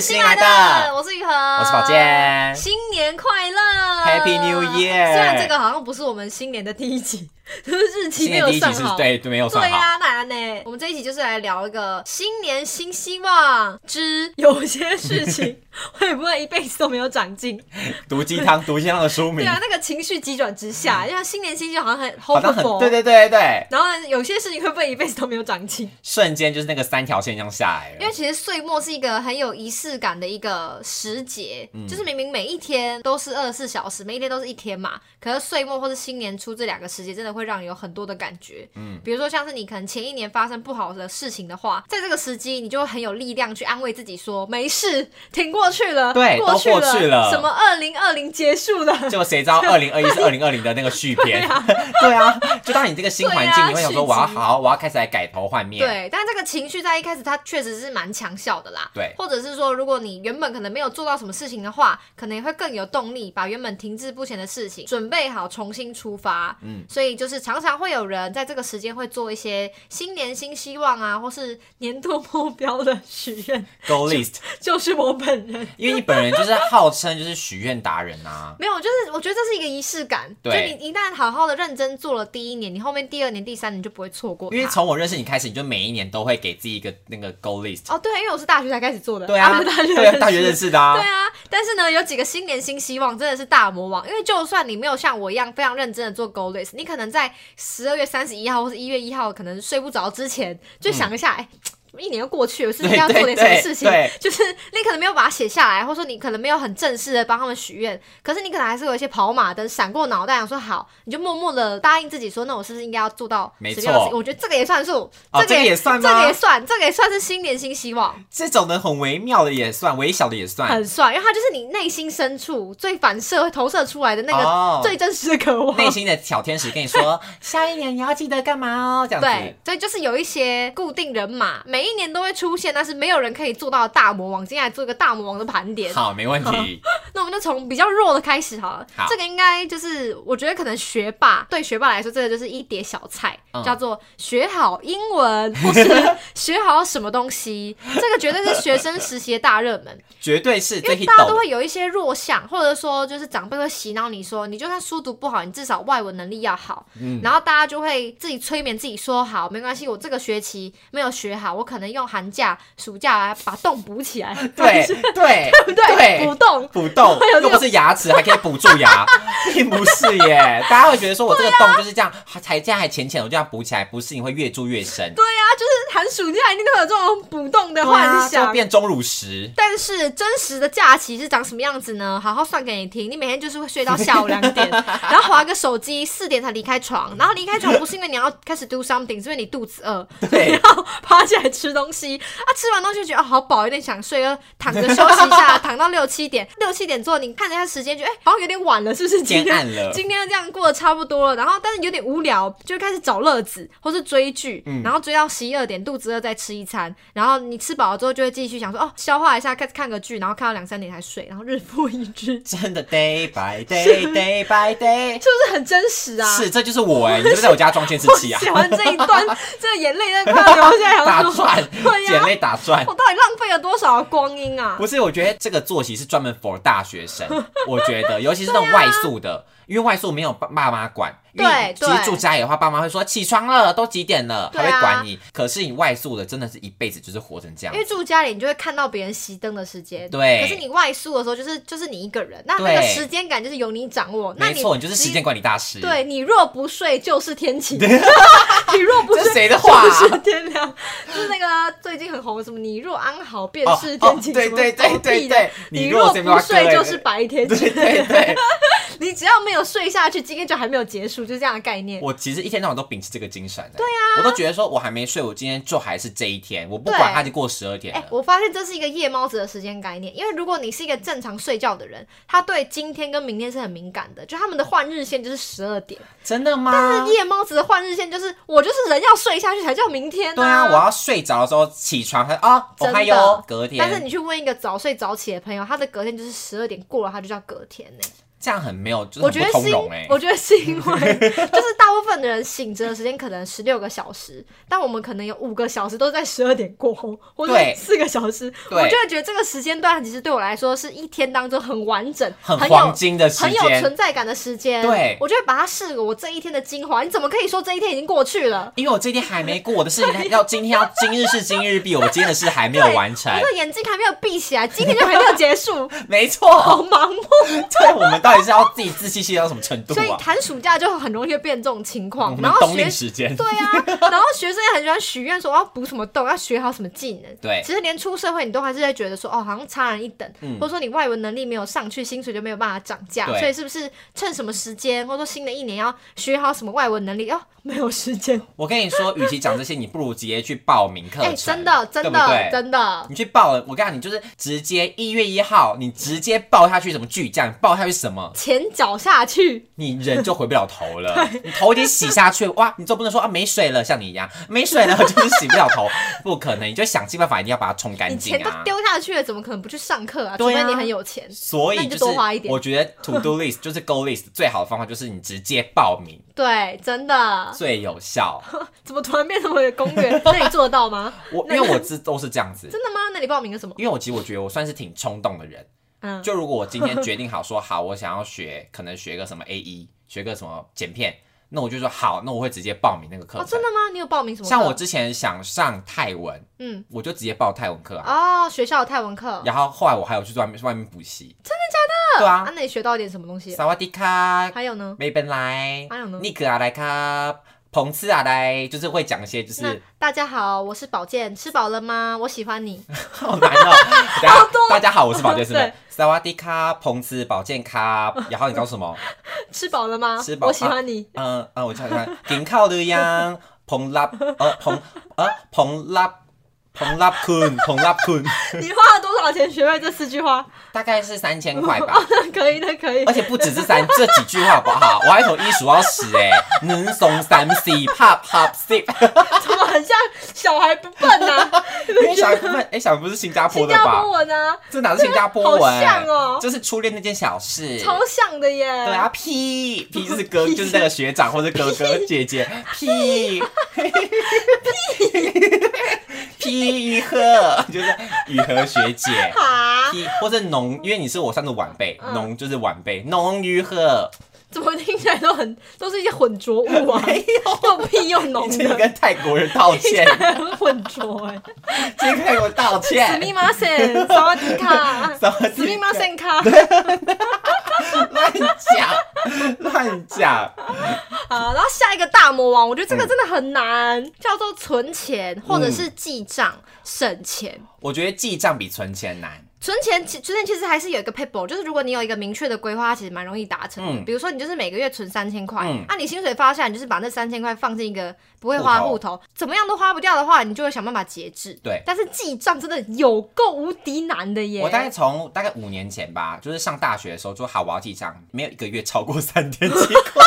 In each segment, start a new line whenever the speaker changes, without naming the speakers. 新来的，
我是于和，
我
我
是宝健
新年快乐
Happy New Year
虽然这个好像不是我们新年的第一集， 就是日期
今
没
年
有
第一
算
集是
好。
对对没有算
对
好，
啊，难呢。我们这一集就是来聊一个新年新希望之有些事情 会不会一辈子都没有长进？
嗯毒鸡汤，毒鸡汤的书
对
名，
啊，那个情绪急转直下，因为新年新希望好像哦很
嗯好像很
hopeful，
对对对对，
然后有些事情会不会一辈子都没有长进？
瞬间就是那个三条线这样下来
因为
了，
其实岁末是一个很有仪式感的一个时节，
嗯
就是明明每一天都是二十四小时，每一天都是一天嘛，可是岁末或是新年初这两个时节，真的会让你有很多的感觉。嗯，比如说像是你可能前一年发生不好的事情的话，在这个时机，你就会很有力量去安慰自己说，没事，挺过去了，
对
过去
都过去了
什么二零二零结束了，
结果谁知道二零二一是二零二零的那个续篇？对啊，就当你这个新环
对
境，
啊
你会想说我要
续集
好，我要开始来改头换面，
对，但这个情绪在一开始它确实是蛮强效的啦。
对
或者是说，如果你原本可能没有做到什么事情的话，可能也会更有动力，把原本停滞不前的事情准备好，重新出发。
嗯，
所以就是常常会有人在这个时间会做一些新年新希望啊，或是年度目标的许愿，
，Go List，
就是我本 人。
因为你本人就是号称就是许愿达人 啊，
没有，就是我觉得这是一个仪式感，就
对
你一旦好好的认真做了第一年，你后面第二年、第三年就不会错过它。
因为从我认识你开始，你就每一年都会给自己一个那个 Go List，
哦，对，因为我是大学才开始做的，
对啊，
不是大学
对啊，大学
认识
认识的啊
对，啊，但是呢，有几个新年新希望真的是大魔王，因为就算你没有像我一样非常认真的做 goal list，你可能在十二月三十一号或是一月一号可能睡不着之前，就想一下，哎、一年又过去了，是不是
对
要做
对
点什么
对
事情
嗯 对？
就是你可能没有把它写下来，或者说你可能没有很正式的帮他们许愿，可是你可能还是有一些跑马灯闪过脑袋，想说好，你就默默的答应自己说，那我是不是应该要做到
没
什么样的事
错
情？我觉得这个也算数，
哦，这个
也
也算
这个
吗
也？算，这个也算是新年新希望。
这种的很微妙的也算，微小的也算，
很帅，因为它就是你内心深处最反射投射出来的那个
哦
最真实的渴望。
内心的小天使跟 你说，下一年你要记得干嘛哦，这样
对
子。，
所以就是有一些固定人马，每一年都会出现，但是没有人可以做到的大魔王。今天来做一个大魔王的盘点。
好，没问 题。
那我们就从比较弱的开始好了。
好
这个应该就是我觉得可能学霸对学霸来说，这个就是一碟小菜，
嗯
叫做学好英文或是 学好什么东西。这个绝对是学生实习的大热门。
绝对是
因
最
为
hit
大家
到
都
的。
会有一些弱项，或者说就是长辈会洗脑你说，你就算书读不好，你至少外文能力要好。
嗯，
然后大家就会自己催眠自己说，好，没关系，我这个学期没有学好，我可能用寒假、暑假来把洞补起来，
对 对
对不哎对？补洞。
补 洞
会有这
又
种
不是牙齿，还可以补蛀 牙，并不是耶。大家会觉得说我这个洞就是这样，
啊
才这样还浅浅的，我就这样补起来，不是你会越蛀越深，
对啊，就是寒暑假一定都有这种补洞的
对啊
幻
就
想。
变钟乳石。
但是真实的假期是长什么样子呢？好好算给你听，你每天就是会睡到下午两点，然后划个手机，四点才离开床，然后离开床不是因为你要开始 do something，是因为你肚子饿，
对
然后爬起来吃东西，啊，吃完东西觉得、哦、好饱，有点想睡，又躺着休息一下，躺到六七点，六七点之后你看了一下时间，觉得哎、好像有点晚了，是不是？今
天
天
暗了，
今天这样过得差不多了，然后但是有点无聊，就开始找乐子或是追剧，然后追到十一二点，肚子饿再吃一餐，然后你吃饱了之后就会继续想说哦，消化一下，看看个剧，然后看到两三点才睡，然后日复一日，
真的 day by day day by day，
是不是很真实啊？
是，这就是我哎、你是不是在我家装监视
我
器啊？
喜欢这一段， 这眼泪在快要流下来，
打
我说
转，
对呀、
眼泪打转。
我到底浪费了多少光阴啊？
不是，我觉得这个作息是专门 for 大 学生，我觉得，尤其是那种外宿的，因为外宿没有爸爸妈管，因为
啊对
其实
对
住家里的话，爸妈会说起床了，都几点了，
对啊
还会管你。可是你外宿的，真的是一辈子就是活成这样
因。为住家里，你就会看到别人熄灯的时间。
对
可是你外宿的时候，就是就是你一个人，那
对
那个时间感就是由你掌握。那
没
你
错，你就是时间管理大师。
你。，对你若不睡，就是天晴； 你若不
这是
睡，
谁的话啊
就是天亮。就是那个啊最近很红的什么“你若安好，便
哦
是天
哦，
晴”
对
什么
对对
狗
对
屁的
对，
你
如果
若
这边
不
挖
睡
坑
就是白 天，
对对对，
你只要没有睡下去，今天就还没有结束，就这样的概念。
我其实一天到晚都秉持这个精神、对呀、我都觉得说我还没睡，我今天就还是这一天，我不
啊对
管它已经过十二点
哎、
了。
我发现这是一个夜猫子的时间概念，因为如果你是一个正常睡觉的人，他对今天跟明天是很敏感的，就他们的换日线就是十二点，
真的吗？
但是夜猫子的换日线就是我就是人要睡下去才叫明天、
对啊，我要睡着的时候起床，他啊，我
真的
还有隔天，
但是你去问一个早睡早起的朋友，他的隔天就是十二点过了，他就叫隔天呢、
这样很没有，就是
我
很
觉得
不
是
通
因
融哎、，
我觉得是因 为就是大部分的人醒着的时间可能十六个小时，但我们可能有五个小时都在十二点过后，或者
对
四个小时，
对
我就会觉得这个时间段其实对我来说是一天当中很完整、
很
很
黄
有。
金的时
很有
间。
存在感的时间，
对
我就会把它视为我这一天的精华。你怎么可以说这一天已经过去了？
因为我这天还没过，我的事情要今天要今日事今日毕，我今天的事还没有完成
我。的眼睛还没有闭起来，今天就还没有结束，
没错，
好盲目。
对，我们到底是要自己自欺欺人到什么程度
所以
啊？
谈暑假就很容易会变这种情
我
况。
们
然后
冬
学
令时间，
对啊， 然后学生也很喜欢许愿，说我要补什么洞，要学好什么技能。
对
其实连出社会，你都还是在觉得说，哦，好像差人一等，
嗯
或者说你外文能力没有上去，薪水就没有办法涨价。
对
所以是不是趁什么时间，或者说新的一年要学好什么外文能力？哦， 没有时间。
我跟你说，与其讲这些，你不如直接去报名课
哎、
程，
真的，真的，
对不对
真的。
你去报了，我告诉你，就是直接一月一号，你直接报下去什么巨匠，报下去什么，
前脚下去，
你人就回不了 头了。你头已经洗下去，哇，你就不能说啊没水了，像你一样没水了就是洗不了头，不可能，你就想尽办法一定要把它冲干
你
净
钱都
啊。
丢下去了，怎么可能不去上课啊？除
对啊
非你很有钱。
所
那
以
你就是多花一，点
我觉得 to do list 就是 go list 最好的方法就是你直接报名
对，真的。
最有效。
怎么突然变成我的攻略？ 那你做得到吗？
我因为我自都是这样子，
真的吗？那你报名了什么？
因为我其实我觉得我算是挺冲动的人。
嗯，
就如果我今天决定好说好，我想要学，可能学个什么 A E，学个什么剪片，那我就说好，那我会直接报名那个课
哦，
程。
真的吗？你有报名什么课？
像我之前想上泰文，
嗯，
我就直接报泰文课啊。
哦，学校的泰文课。
然后后来我还有去外面外面补习，真的假的？对啊
啊，，那你学到一点什么东西？
萨瓦迪卡，
还有呢？
梅本来
还有呢，
尼克阿莱卡，彭次阿莱，就是会讲一些就
那
是
大家好，我是宝健，吃饱了吗？我喜欢 你。
好 难哦。等一下
好多
大家好，我是保健师
对。
萨瓦迪卡，彭次保健卡，然后你告诉什么？
吃饱了吗？
吃饱
我喜欢你。
嗯啊，我叫他紧靠的呀，彭拉呃彭呃彭拉彭拉坤彭拉坤，
你花了多少钱学会这四句话？
大概是三千块吧，
可以的，可以
而。且不只是三这几句话好不好？我还从一数到十哎，能送三 C pop pop C，
怎么很像小孩不笨呢、
因为小孩不哎、小孩不是新加坡
新
的
加
吧
坡？文啊，
这哪是新加坡
好
文？
像哦
就是初恋那件小事。
超像的耶。
对啊，屁 屁就是哥，就是那个学长或者哥哥姐姐，屁 屁雨禾，就是雨禾学姐，
啊，
屁或者农，因为你是我算是晚辈，
嗯
农就是晚辈，农雨禾，
怎么听起来都很都是一些混浊物 啊？又屁又浓
请 你
的，
跟泰国人道歉，
很 混浊哎、
请你跟泰国人
欸。
道歉
死。密马森，什么迪卡？
什么
死密马森卡？
乱讲，乱讲，
好，然后下一个大魔王，我觉得这个真的很难，叫做存钱或者是记账、省钱。
我觉得记账比存钱难。
存钱其存钱其实还是有一个 paper，就是如果你有一个明确的规划，它其实蛮容易达成的。
嗯
比如说你就是每个月存三千块，
嗯
啊，你薪水发下来，你就是把那三千块放进一个不会花的
户
户头，怎么样都花不掉的话，你就会想办法节制。
对
但是记账真的有够无敌难的耶！
我大概从大概五年前吧，就是上大学的时候说好我要记账，没有一个月超过三天记过，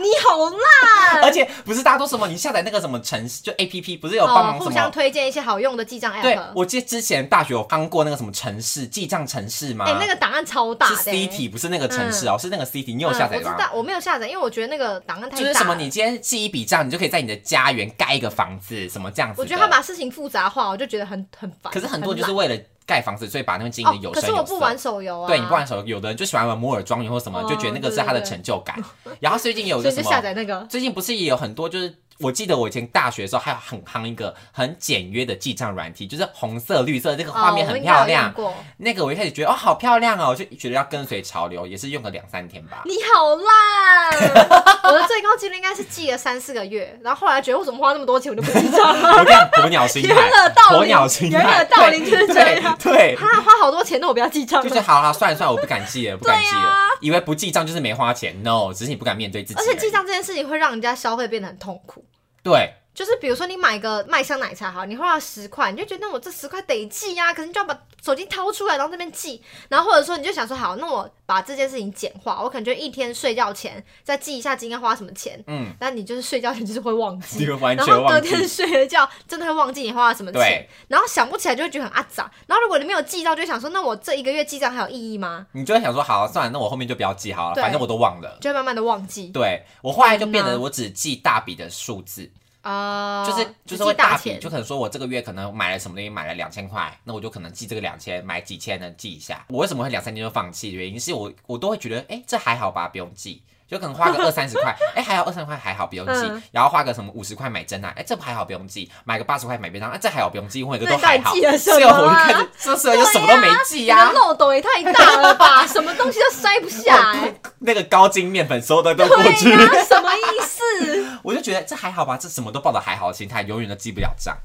你好烂哦
而且不是大家都什么，你下载那个什么城市就 A P P，不是有帮
哦！
忙什
互
么？
相推荐一些好用的记账
对
app，。
我记得之前大学有刚过那个什么城市记账城市吗？
哎、那个档案超大
是
的耶、
City 不是那个城市哦，是那个 City，你有下载
嗯？我
吗
知？道，我没有下载，因为我觉得那个档案太大
就
了。
是什么，你今天记一笔账，你就可以在你的家园盖一个房子，什么这样子的。
我觉得他把事情复杂化，我就觉得很很烦。
可是很多人就是
懒
为了盖房子，所以把那边经营的
哦，
有
可
声
是
有色。
我不玩手游啊。
对你不玩手游，有的人就喜欢玩摩尔庄园或什么，
哦
就觉得那个是他
对
的
对对
成就感。然后最近有一
所
个
以
什
就
么
下载那个。
最近不是也有很多就是。我记得我以前大学的时候，还有很夯一个很简约的记账软体，就是红色、绿色，那个画面
哦我
很
应该有
漂亮。
用过
那个我一开始觉得哦，好漂亮哦，我就觉得要跟随潮流，也是用个两三天吧。
你好烂！我的最高纪录应该是记了三四个月，然后后来觉得我怎么花那么多钱，我就不记账 了。
我讲鸵鸟心
掩
态
耳，盗
鸵
铃
鸟心
掩
态，
耳盗铃就是这
对
样
对，
哈，花好多钱，那我不要记账
对 就
了。
是好好算了算了，我不敢记了，不敢记
对
了
啊，
以为不记账就是没花钱，no，只是你不敢面对自己。
而且记，账这件事情会让人家消费变得很痛苦。
对，
就是比如说你买个麦香奶茶好，你花了十块，你就觉得那我这十块得记呀、可是你就要把手机掏出来，然后这边记，然后或者说你就想说好，那我把这件事情简化，我可能就一天睡觉前再记一下今天花什么钱，
嗯，
那你就是睡觉前就是会忘
你
记。
会完
然
全
后隔
忘记。
天睡了觉，真的会忘记你花了什么钱
对，
然后想不起来就会觉得很阿杂。然后如果你没有记到，就会想说，那我这一个月记账还有意义吗？
你就会想说，好、算了，那我后面就不要记好了，
对嗯啊
反正我都忘了。
就会慢慢的忘记
对我后来就变
天
得
哪
我只记大笔的数字，
啊、
就是
只
就是
记
会
大
大笔，
钱
就可能说我这个月可能买了什么东西，买了两千块，那我就可能记这个两千，买几千呢记一下。我为什么会两三天就放弃？原因是我我都会觉得，哎、这还好吧，不用记。就可能花个二三十块，哎、还有二三十块还好不用记，
嗯
然后花个什么五十块买真奶，哎、这还好不用记，买个八十块买便当，哎、这还好不用记，因为我觉得
那
都
你到
还
底
好。
记了什
所以
么
我就
啊
开始这所以就什么都没啊记
你
呀、
的漏斗也太大了 吧，什么东西都塞不下来、
那个高筋面粉所有的都过哦去
对，呀、什么意 思？
我就觉得这还好吧，这什么都抱着还好的心态，永远都记不了账。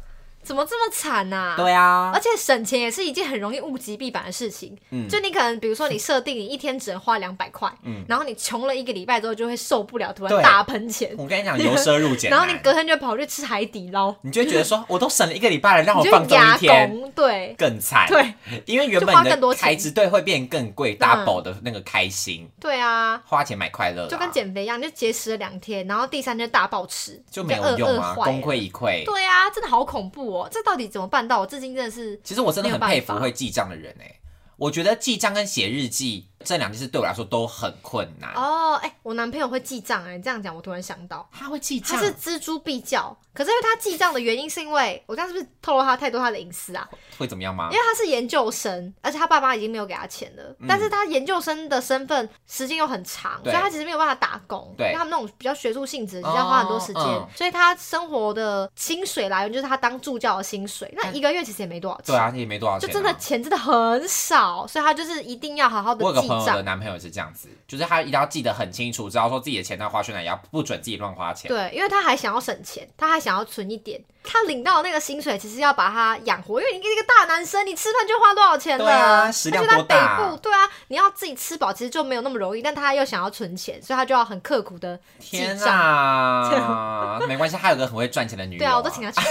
怎么这么惨呐、
对啊
而，且省钱也是一件很容易物极必反的事情。
嗯
就你可能比如说你设定你一天只能花两百块，
嗯
然后你穷了一个礼拜之后就会受不了，突然
对
大喷钱，
我跟你讲，由奢入俭
然
难。
后你隔天就跑去吃海底捞，
你就会觉 得说，我都省了一个礼拜了，让我
你就
放纵
牙
一天，
拱，对
更惨。，
对
因为原
就花
本你
更多
的
钱
开支对会变更贵，double 的那个开心，
对啊。
花钱买快乐啦，
就跟减肥一样，就节食了两天，然后第三天就大暴吃，
就没
饿
有
饿
用啊，
坏
功
了。
亏一篑。
对啊，真的好恐怖哦！这到底怎么办到？我至今真的是
其实我真的很佩
没有
服
办法
会记账的人哎、我觉得记账跟写日记这两件事对我来说都很困难。
哦，哎、我男朋友会记账哎、你这样讲我突然想 到，
他会记
他
账，
是锱铢必较，可是因为他记账的原因是因为我这样是不是透露他太多他的隐私啊？
会怎么样吗
因为？他是研究生，而且他爸妈已经没有给他钱了，但是他研究生的身份时间又很长，所
嗯对
以他其实没有办法打工，因
对
为他们那种比较学术性质，就是要花很多时间，
哦嗯
所以他生活的薪水来源就是他当助教的薪水，那一个月其实也没多少钱，
哎对啊，也没多少
就
钱、啊，
真的钱真的很少，所以他就是一定要好好
我
的
有个
记
朋友
账
的，男朋友也是这样子，就是他一定要记得很清楚，知道说自己的钱要花去哪，也要不准自己乱花钱。
对，因为他还想要省钱，他还想要存一点。他领到的那个薪水，其实要把它养活，因为你一个大男生，你吃饭就花多少钱了？
对啊食量
而且他
多大
北部，对啊，你要自己吃饱，其实就没有那么容易。但他又想要存钱，所以他就要很刻苦的记
天
账。
啊，没关系，他有个很会赚钱的女友、
对啊，我都请他吃。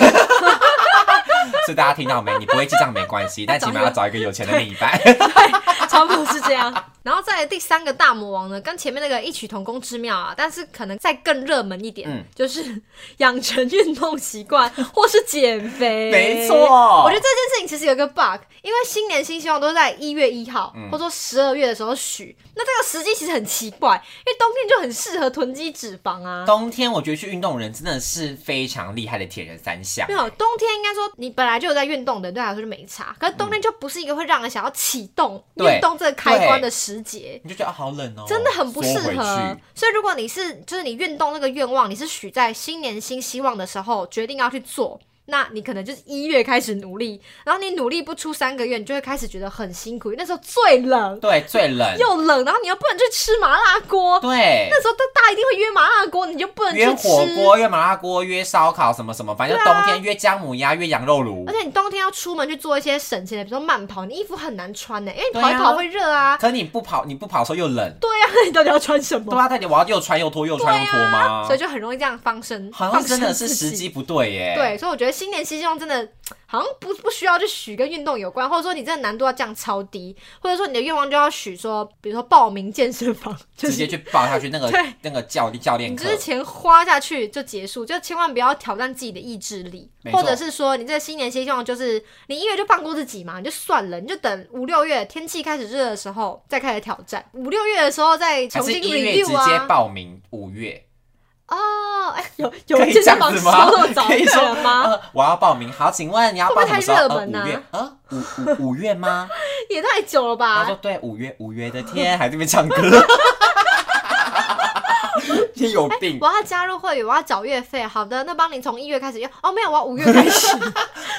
所以大家听到没？你不会记账没关 系，但起码要找一个有钱的另一半。
差不多是这样。然后再来第三个大魔王呢，跟前面那个异曲同工之妙啊，但是可能再更热门一点，
嗯
就是 养成运动习惯或是减肥。
没错
我觉得这件事情其实有一个 bug，因为新年新希望都是在一月一号、
嗯
或者说十二月的时候许，那这个时机其实很奇怪，因为冬天就很适合囤积脂肪啊。
冬天我觉得去运动的人真的是非常厉害的铁人三项
没。有，冬天应该说你本来就有在运动的，对他来说就没差。可是冬天就不是一个会让人想要启动
嗯对
运动这个开关
对
的时节。
你就觉得、啊好冷哦，
真的很不适
缩回
合
去。。
所以如果你是就是你运动那个愿望，你是许在新年新希望的时候决定要去做。那你可能就是一月开始努力，然后你努力不出三个月，你就会开始觉得很辛苦。那时候最冷
对，最冷。
又冷，然后你又不能去吃麻辣锅。
对，
那时候大家一定会约麻辣锅，你就不能去
约
吃。
火锅、约麻辣锅、约烧烤什么什么，反正
对
冬
啊
天约姜母鸭、约羊肉炉
而。且你冬天要出门去做一些省钱的，比如说慢跑，你衣服很难穿呢、因为你
对
跑一
啊
跑会热啊。
可你不跑，你不跑的时候又冷。
对啊，那你到底要穿什么？
对啊，到底我要又穿又脱，又穿又脱吗？
啊所以就很容易这样放生，
好
放
像真的
生
是
自
时
己
机不对耶。，
对，所以我觉得新年新希望真的好像不不需要去许跟运动有关，或者说你真的难度要降超低，或者说你的愿望就要许说，比如说报名健身房，就
直接
是
去报下去那个
对
那个教教练
你
课
就。是钱花下去就结束，就千万不要挑战自己的意志力，
没
或者
错
是说你这个新年新希望就是你一月就放过自己嘛，你就算了，你就等五六月天气开始热的时候再开始挑战，五六月的时候再
还
重
是
新
一月直
review
接
啊。
报名五月，
哦，哎，有有
可以
健
这
身
样
房
子
收
吗
那么早
可以
的
说
人吗？
呃，我要报名。好，请问你要报什么时候？
啊会不
呃，
会太热门
五
啊啊
月啊，五五五 月吗？
也太久了吧？
他说对，五月五月的天还在那边唱 歌，你有病
我。要加入会员，我要缴月费。好的，那帮您从一月开始用。哦，没有，我要五月开 始。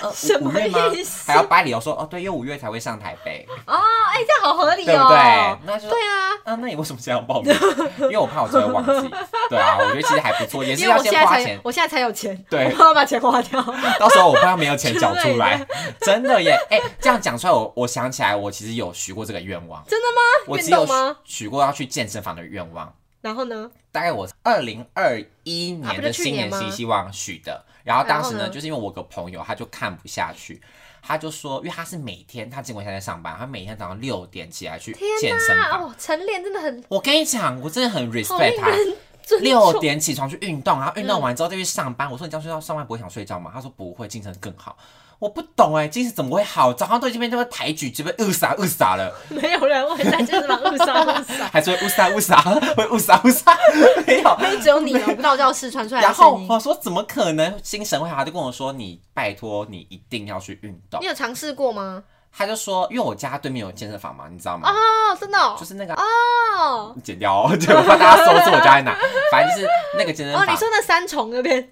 呃
什
五
么
五月吗
意？思
还要掰理由说哦，对，因为五月才会上台北，
哦，哎、这样好合理
对不
哦
对。？那就说
对啊，
啊，那你为什么这样 报名？因为我怕我真的忘记。对啊，我觉得其实还不错，也是
因为
要
我现
先
在
花
才
钱
有，，我现在才有钱，
对
我怕我把钱花掉。
到时候我怕没有钱缴出
之
来， 真的耶！哎、这样讲出来，我我想起来，我其实有许过这个愿望，
真的吗？
我
啊运
只有
动
许
吗？
许过要去健身房的愿望，
然后呢？
大概我二零二一
啊不就
年的
去
新
年
年
吗
新希望许的，然后当
然后
时呢，
呢
就是因为我有个朋友，他就看不下去，他就说，因为他是每天，他尽管现在在上班，他每天早上六点起来去健身
啊，
房。
哦，晨练真的很
我跟你讲，我真的很
好令
respect 他，
人尊
六
重。
点起床去运动，然后运
嗯
动完之后再去上班。我说你这样睡觉上班不会想睡觉吗？他说不会，精神更好。我不懂哎、精神怎么会好？早上都已经被那个抬举，直接被误杀误杀了，
没有人会在健身房路上 路上，
还是会误杀误杀， 会误杀误杀， 没有。
只有你有道教室传出来
然
的
后
声音。
我说怎么可能精神会好？他就跟我说你拜托你一定要去运动
你。有尝试过吗？
他就说因为我家对面有健身房嘛，你知道吗？
哦，真的哦
就是那个
哦
剪掉 哦，对，我怕大家搜是我家在哪，反正就是那个健身
哦，你
房，
说那三重那边，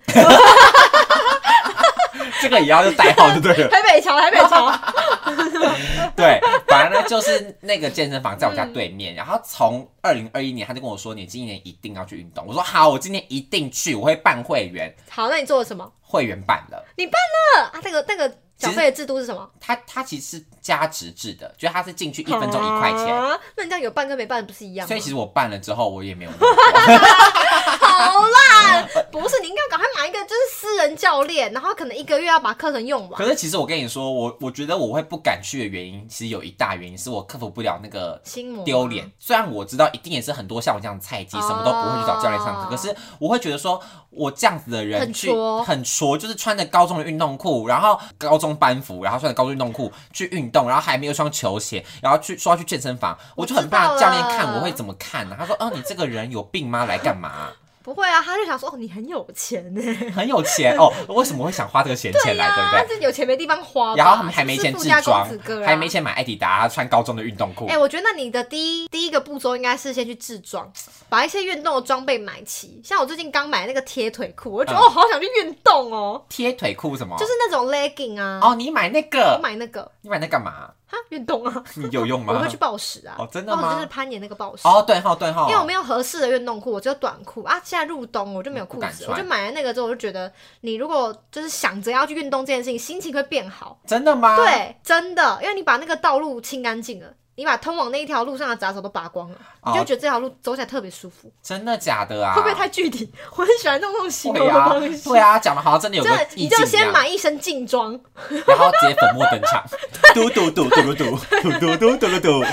这个也要就代号就对了。
台北桥，台北桥，
对，反正呢就是那个健身房在我家对面。然后从二零二一年，他就跟我说：“你今年一定要去运动。”我说：“好，我今年一定去，我会办会员，
好，那你做了什么？
会员办了。
你办了啊？那个那个缴费的制度是什么？
他他其实是加值制的，就是他是进去一分钟一块钱，
啊。那你这样有办跟没办不是一样
所
吗
以？其实我办了之后，我也没有运动
好啦，不是，你应该赶快买一个就是私人教练，然后可能一个月要把课程用完
可。是其实我跟你说，我我觉得我会不敢去的原因，其实有一大原因是我克服不了那个
心魔吗
丢脸。虽然我知道一定也是很多像我这样的菜鸡，什么都不会去找教练上
哦
课，可是我会觉得说，我这样子的人
很
去
挫
很挫，就是穿着高中的运动裤，然后高中班服，然后穿着高中运动裤去运动，然后还没有一双球鞋，然后去说要去健身房，我就很
我
怕
知道
教练看
了
我会怎么看呢、他说：“哦，你这个人有病吗？来干嘛、
不会啊，他就想说哦，你很有钱呢，
很有钱哦，为什么会想花这个闲钱来，对不
啊，
对？”
这有钱没地方花吧。
然后他们还没
是
钱
不
自
是富家
装
公子哥，啊
还没。钱买艾迪达，穿高中的运动裤。
哎、我觉得那你的第一第一个步骤应该是先去制装，把一些运动的装备买齐。像我最近刚买那个贴腿裤，我就觉得、
嗯
哦，好想去运动哦，
贴腿裤什么？
就是那种 legging 啊，
哦，你买那
我
个，
买那个
你买那干嘛？
哈运动啊，
你有用
我
吗
会？去暴食啊。
哦真的吗
暴食就是攀岩那个暴食。
哦，对号对号，
因为我没有合适的运动裤，我只有短裤啊。现在入冬，我就没有
不
裤
敢
子，我
穿
就买了那个之后，我就觉得你如果就是想着要去运动这件事情，心情会变好。
真的吗？，
对，真的，因为你把那个道路清干净了，你把通往那一条路上的杂草都拔光了，你就
哦
觉得这条路走起来特别舒服。
真的假的啊？
会不会太具体？我很喜欢弄那种形容
对
的
啊
东西。？
对啊，讲的好像真的有
就
个
你
意
就
境啊一
先
样，
买一身劲装，
然后直接粉墨登 场，嘟嘟嘟嘟嘟嘟嘟嘟嘟嘟嘟。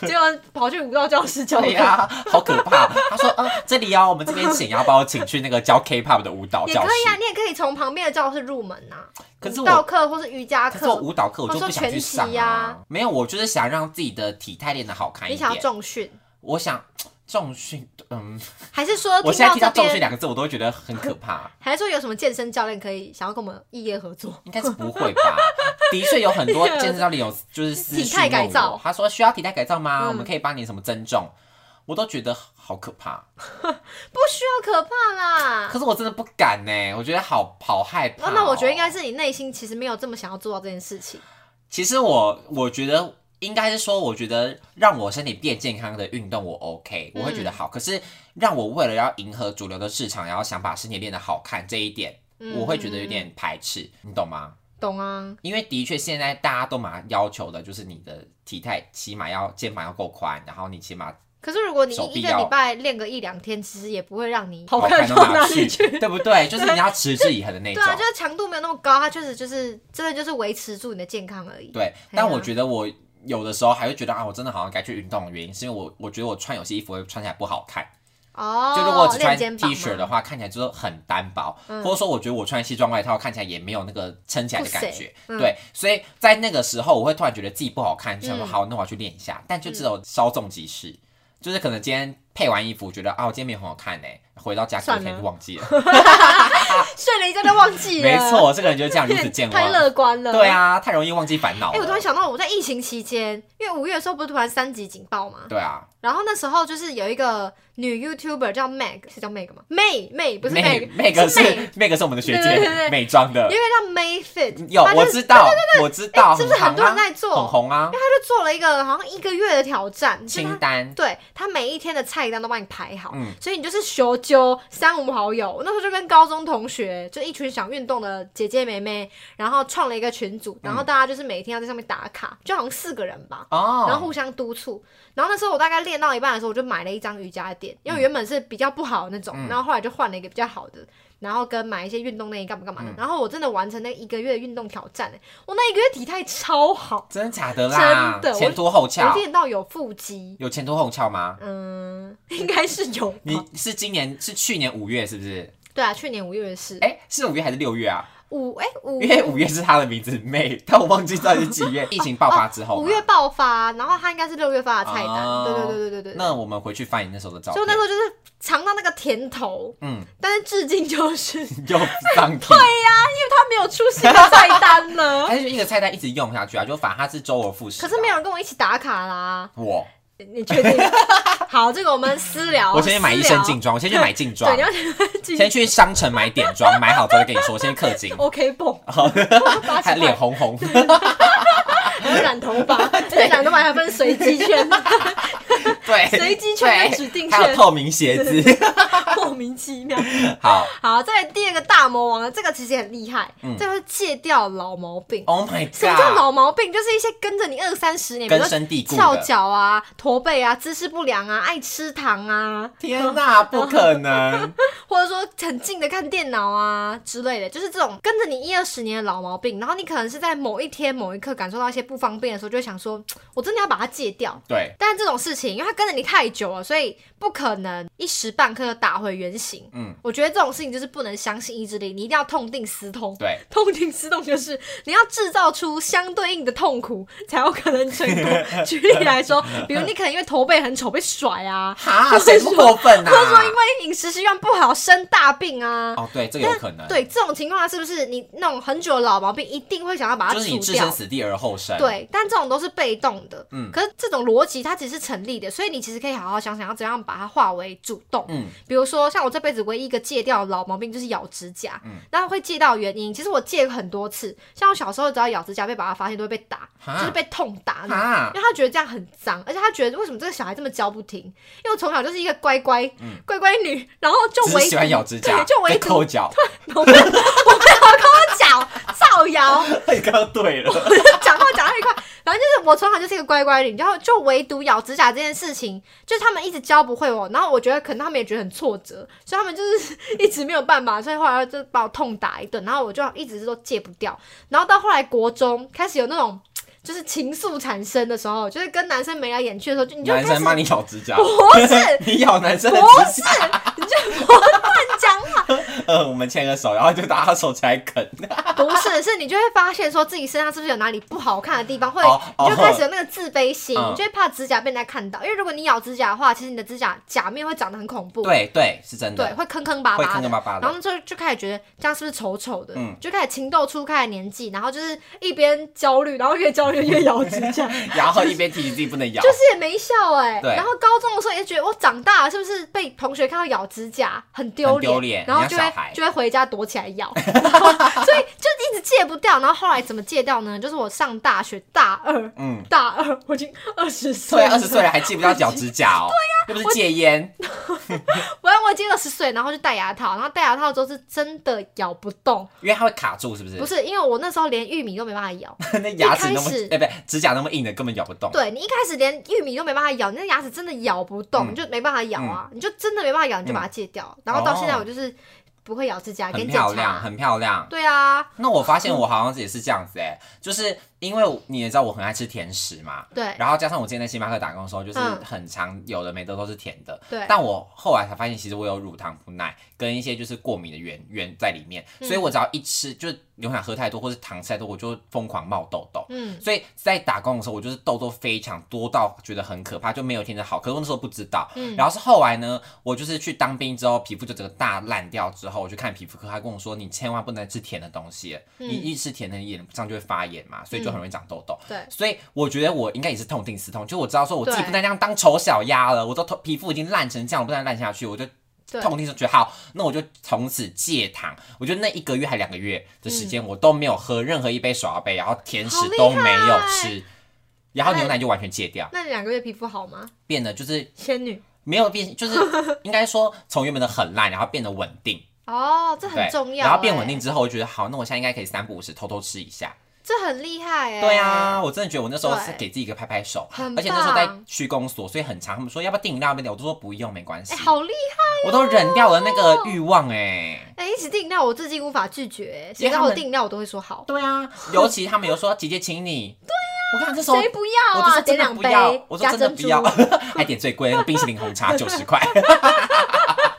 结果跑去舞蹈教室教
对啊
课，
呀，好可怕。他说，嗯，这里哦，我们这边请，然后把我请去那个教 K-pop 的舞蹈
也
教
可以啊，
室。
你也可以从旁边的教室入门呐、
可是
舞
我
蹈课或是瑜伽
可是我
课，
舞蹈课我就
我说
不想去
拳击
上
啊
啊，没有，我就是想让自己的体态练得好看一
你
点
想要。重训，
我想重训，嗯，
还是说
我现
听
在听到
到
“重
这
训”
边，
两个字，我都会觉得很可怕。
还是说有什么健身教练可以想要跟我们异业合作？
应该是不会吧？的确有很多健身教练有就是私
体态
讯
改
问
造
我，他说需要体态改造吗？
嗯
我们可以帮你什么增重，我都觉得好可
啊
怕。
不需要，可怕啦。
可是我真的不敢呢、我觉得好好害怕、哦
啊，那我觉得应该，是你内心其实没有这么想要做到这件事情。
其实我我觉得应该是说，我觉得让我身体变健康的运动我 OK，我
嗯
会觉得好。可是让我为了要迎合主流的市场，然后想把身体练得好看这一点，
嗯
我会觉得有点排斥，你懂吗？
懂啊，
因为的确现在大家都蛮要求的，就是你的体态起码要肩膀要够宽，然后你起码
可是如果你
手
一
臂
个
要
礼拜练个一两天，其实也不会让你
好看到哪去，？对不对？就是你要持之以恒的那
对
种。
啊，就是强度没有那么高，它确实就是真的就是维持住你的健康而已。
对，
啊
但我觉得我有的时候还会觉得啊，我真的好像该去运动，的原因是因为我我觉得我穿有些衣服会穿起来不好看，
哦，
就如果我只穿
练肩膀啊
T 恤
嘛
的话，看起来就是很单薄，
嗯
或者说我觉得我穿西装外套看起来也没有那个撑起来的感
不
觉
谁，嗯
对，所以在那个时候我会突然觉得自己不好看，就想说
嗯
好，那我要去练一下，但就只有稍纵即逝，就是可能今天配完衣服觉得啊，我今天没有很好看呢、回到家隔
算了
天就忘 记了，
睡了一觉就忘记了，
没，错，这个人就是这样如此健
啊 太
忘，
乐观了。
对。啊，太容易忘记烦恼
哎、我突然
了，
想到，我在疫情期间，因为五月的时候不是突然三级警报嘛，
对啊，
然后那时候就是有一个女 YouTuber 叫 Meg，是叫 Meg 吗？May May 不是 Meg，
那个
是 Meg
是那个是我们的学
对对对对
姐美妆的
有一。个叫 May Fit，
有，
她
我
就是哎
知 道，我知道，
是不是很多人
行啊
在做
很红啊？
她就做了一个好像一个月的挑战，就是
清
她
单
对她每一天的菜菜单都帮你排好，
嗯
所以你就是求揪三五好友。我那时候就跟高中同学，就一群想运动的姐姐妹妹，然后创了一个群组，然后
嗯
大家就是每天要在上面打卡，就好像四个人吧。
哦，
然后互相督促，然后那时候我大概练到一半的时候，我就买了一张瑜伽垫，
嗯
因为原本是比较不好的那种，然后后来就换了一个比较好的，然后跟买一些运动内衣干嘛干嘛的，
嗯
然后我真的完成那一个月的运动挑战、欸，我那一个月体态超好，
真的假的啦？
真的我
前凸后
我
翘，
练到有腹肌，
有前凸后翘吗？
嗯，应该是有吧。
你是今年是去年五月是不是？
对啊，去年五月是
哎、是五月还是六月啊？
五哎五
因为五月是他的名字妹，但我忘记到底是几 月。疫情爆发之后嘛，
哦五月爆发，然后他应该是六月发的菜单，
哦
对对对对对对。
那我们回去翻你那时候的照
所以
片
我那，时候就是尝到那个甜头，
嗯，
但是至今就是 因为
又放屁，对，
他没有出新的菜单了。
他就一个菜单一直用下去啊，就反正他是周而复始啊。
可是没有人跟我一起打卡啦，
我，
你确定？ 好，这个我们哦私聊。
我先去买一身劲
进，
装，我先去买劲装
对，，你要先进
先去商城买点装，买好之后再跟你说，我先氪金，
OK 绷，八
还
十
脸
块，
红红，
还有染头 发，而且染头发还分随机圈，
对，
随机圈跟指定
对还有
圈，
透明 鞋子，
莫名其妙。
好
好，再来第二个大魔王呢，这个其实也很厉害，
嗯
这个是戒掉老毛病。
，Oh my
什么叫
god，
老毛病？就是一些跟着你二三十年，比如说
根深蒂固
翘
的，
脚啊、驼背啊、姿势不良啊、爱吃糖啊，
天哪，不可 能，
或者说很近的看电脑啊之类的，就是这种跟着你一二十年的老毛病，然后你可能是在某一天某一刻感受到一些不方便的时候，就会想说，我真的要把它戒掉。
对，
但这种事情，因为它跟着你太久了，所以不可能一时半刻打回原形。
嗯，
我觉得这种事情就是不能相信意志力，你一定要痛定思痛。
对，
痛定思痛就是你要制造出相对应的痛苦，才有可能成功。举例来说，比如你可能因为驼背很丑被甩啊，
哈，谁不过分啊？
或者说因为饮食习惯不好生大病啊。
哦，对，这个有可能，，
对这种情况下，是不是你那种很久的老毛病一定会想要把它
就是
除
你置身
掉？
死地而后生，，
对，但这种都是被动的。
嗯
可是这种逻辑它其实是成立的，所以你其实可以好好想想要怎样把它化为主动。
嗯，
比如说，像我这辈子唯一一个戒掉的老毛病就是咬指甲，
嗯
那会戒到的原因，其实我戒很多次。像我小时候只要咬指甲被爸爸发现，都会被打，
哈
就是被痛打那种。
哈
因，为他觉得这样很脏，而且他觉得为什么这个小孩这么教不停？因为我从小就是一个乖乖、乖乖女，然后就
嗯 只
唯
是喜欢咬指甲，
对，就唯
被
独
抠脚，
我不要抠脚，造谣，
你刚刚对了，
讲话讲到一块，反正就是我从小就是一个乖乖女，然后就唯独咬指甲这件事情，就是他们一直教不会哦我，然后我觉得可能他们也觉得很挫折，所以他们就是一直没有办法，所以后来就把我痛打一顿，然后我就一直都戒不掉，然后到后来国中开始有那种。就是情愫产生的时候，就是跟男生眉来眼去的时候， 就你就开
男
始
生帮你咬指甲，
不是
你咬男生的
不是
指甲，，
你就我乱讲话，
呃，我们牵个手，然后就打他手起来啃，
不是，是哦你就会发现说自己身上是不是有哪里不好看的地方，会
哦哦
你就开始有那个自卑心，
嗯
你就会怕指甲被人家看到。因为如果你咬指甲的话，其实你的指甲甲面会长得很恐怖，
对对，是真
对，
的，
会坑坑巴
会
巴
坑
的
坑。巴巴
然
的，
后就就开始觉得这样是不是丑丑的，
嗯
就开始情窦初开的年纪，然后就是一边焦虑，然后越焦虑越咬指甲，
然后一边提醒自己不能 咬
就，是也没效哎、
对
然后高中的时候也觉得我长大了是不是被同学看到咬指甲很丢
很丢脸
然后
人家
就
小
会
孩
就会回家躲起来咬， 然后所以就一直戒不掉。然后后来怎么戒掉呢？就是我上大学大二，
嗯，
大二我已经二十岁，
对，二十岁了还戒不掉咬指甲哦，
啊
对呀，又不是戒烟，
我我已经二十岁，然后就戴牙套，然后戴牙套之后是真的咬不动，
因为它会卡住，是不是？
不是因为我那时候连玉米都没办法咬，
那牙齿那么
一开始，
哎，不对，指甲那么硬的，根本咬不动，
对你一开始连玉米都没办法咬，你那牙齿真的咬不动，
嗯
你就没办法咬啊，你就真的没办法咬，你就把它戒掉。然后到现在我就是不会咬指甲，
哦很
啊跟检
漂亮，
查。
很漂亮。
对啊，
那我发现我好像也是这样子哎、就是因为你也知道我很爱吃甜食嘛，
对
然后加上我之前在星巴克打工的时候，就是
嗯
很常有的没的都是甜的，
对
但我后来才发现，其实我有乳糖不耐跟一些就是过敏的原原在里面，
嗯
所以我只要一吃就是牛奶喝太多或是糖吃太多，我就疯狂冒痘痘。
嗯，
所以在打工的时候，我就是痘痘非常多到觉得很可怕，就没有天的好。可是我那时候不知道，
嗯
然后是后来呢，我就是去当兵之后，皮肤就整个大烂掉之后，我去看皮肤科，他跟我说你千万不能吃甜的东西，
嗯
你一吃甜的，你脸上就会发炎嘛，所以就很容易长痘痘。
对，
所以我觉得我应该也是痛定思痛，就我知道说我自己
对
不能这样当丑小鸭了，我都头皮肤已经烂成这样，我不能烂下去，我就
对
痛定思痛觉得好，那我就从此戒糖。我觉得那一个月还两个月的时间，我都没有喝任何一杯手摇杯，然后甜食
好厉
都没有
害
吃，然后牛奶就完全戒掉，
那你两个月皮肤好吗？
变得就是
仙女，
没有变，就是应该说从原本的很烂，然后变得稳定，
哦，这
对
很，重要、
然后变稳
欸
定，之后，我就觉得好，那我现在应该可以三不五时偷偷吃一下。
这很厉害哎、
对啊，，我真的觉得我那时候是
对
给自己一个拍拍手，
很
而且那时候在
棒
区公所，所以很长，他们说要不要订饮料，要不要订，我都说不用，没关系
哎、，好厉
我都忍掉了那个欲望哎、
害！哎、一起订饮料，我至今无法拒绝、欸。谁
因为他
让我
们
订饮料，我都会说好。
对啊，尤其他们有说姐姐请你，对啊，我跟你讲这时候
谁不要
我就
啊？
说真
点
的
两
不
杯
要，我，说
加
真的
珍
不
珠。
要， 还点最贵那个冰淇淋红茶九十块，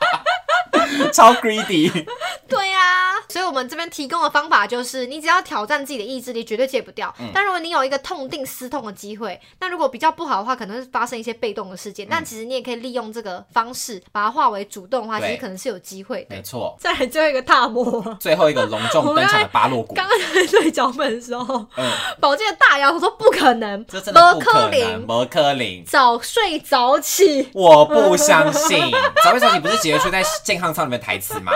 超 greedy。
对啊，所以我们这边提供的方法就是，你只要挑战自己的意志力，绝对戒不掉。
嗯
但如果你有一个痛定思痛的机会，那如果比较不好的话，可能会发生一些被动的事
嗯
件。但其实你也可以利用这个方式，把它化为主动的话，
对
其实可能是有机会的
没。错，
再来最后一个踏摸，
最后一个隆重登场的巴洛谷，
刚刚在对脚本的时候，
嗯，
宝剑的大摇头说不可能，
这真的不可
柯林
能，摩柯林。
早睡早起，
我不相信，早会小姐不是直接出在健康操里面的台词吗？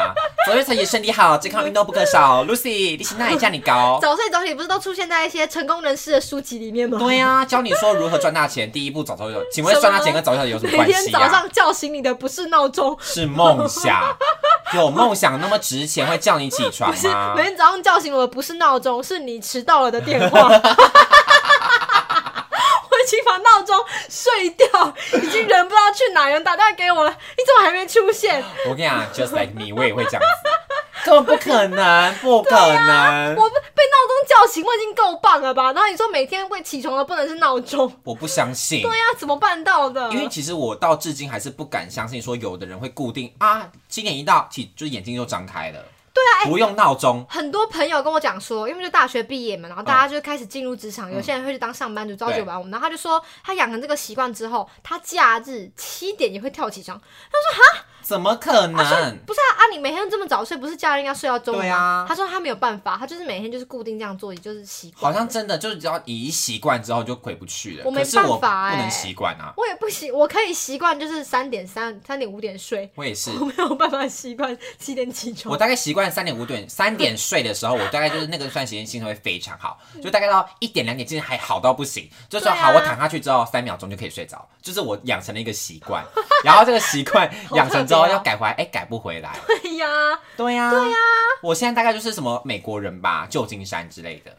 早会小姐身体好，健康运动不可少。Lucy，你心态也叫你高。
早睡早起不是都出现在一些成功人士的书籍里面 吗？
对啊，教你说如何赚大钱，第一步早早有，请问赚大钱跟早小姐有什么
每
关
天
系
早
啊？
上叫醒你的不是闹钟，
是梦想，有梦想那么值钱，会叫你起床
不是
吗
每？天早上叫醒我的不是闹钟，是你迟到了的电话。 我已经把闹钟睡掉，已经人不知道去哪，有人打电话给我了，你怎么还没出 现？
我跟你讲，just like me，我也会这样子，根本不可能，不可能，
我被闹钟叫醒，我已经够棒了吧？然后你说每天会起床的不能是闹钟，
我不相信。
对呀、啊怎么办到的？
哎因为其实我到至今还是不敢相信，说有的人会固定啊，七点一到起就是眼睛就张开了，对啊，
哎
不用闹钟，
很多朋友跟我讲说，因为就大学毕业嘛，然后大家
嗯
就开始进入职场，有些人会去当上班族，朝九晚五。然后他就说，他养成这个习惯之后，他假日七点也会跳起床。
怎么可能？
不是啊，啊你每天这么早睡，不是假日应该睡到中午吗？
对啊
他说他没有办法，他就是每天就是固定这样做，也就是习惯。
好像真的就是只要你一习惯之后就回不去了。
我没
可是我
办法欸
不能习惯啊，
我也不习，我可以习惯就是三点三、三点五点睡，
我也是。
我没有办法习惯七点起
我
床。
大概习惯三点五点三点睡的时候，我大概就是那个段时间精神会非常好，就大概到一点两点之间还好到不行，就说
嗯对啊
好我躺下去之后三秒钟就可以睡着，就是我养成了一个习惯， 然后这个习惯
好
养成之
特别哦
后要改回来，哎、改不回来，
对啊呀、
对呀、对呀、我现在大概就是什么美国人吧，旧金山之类的。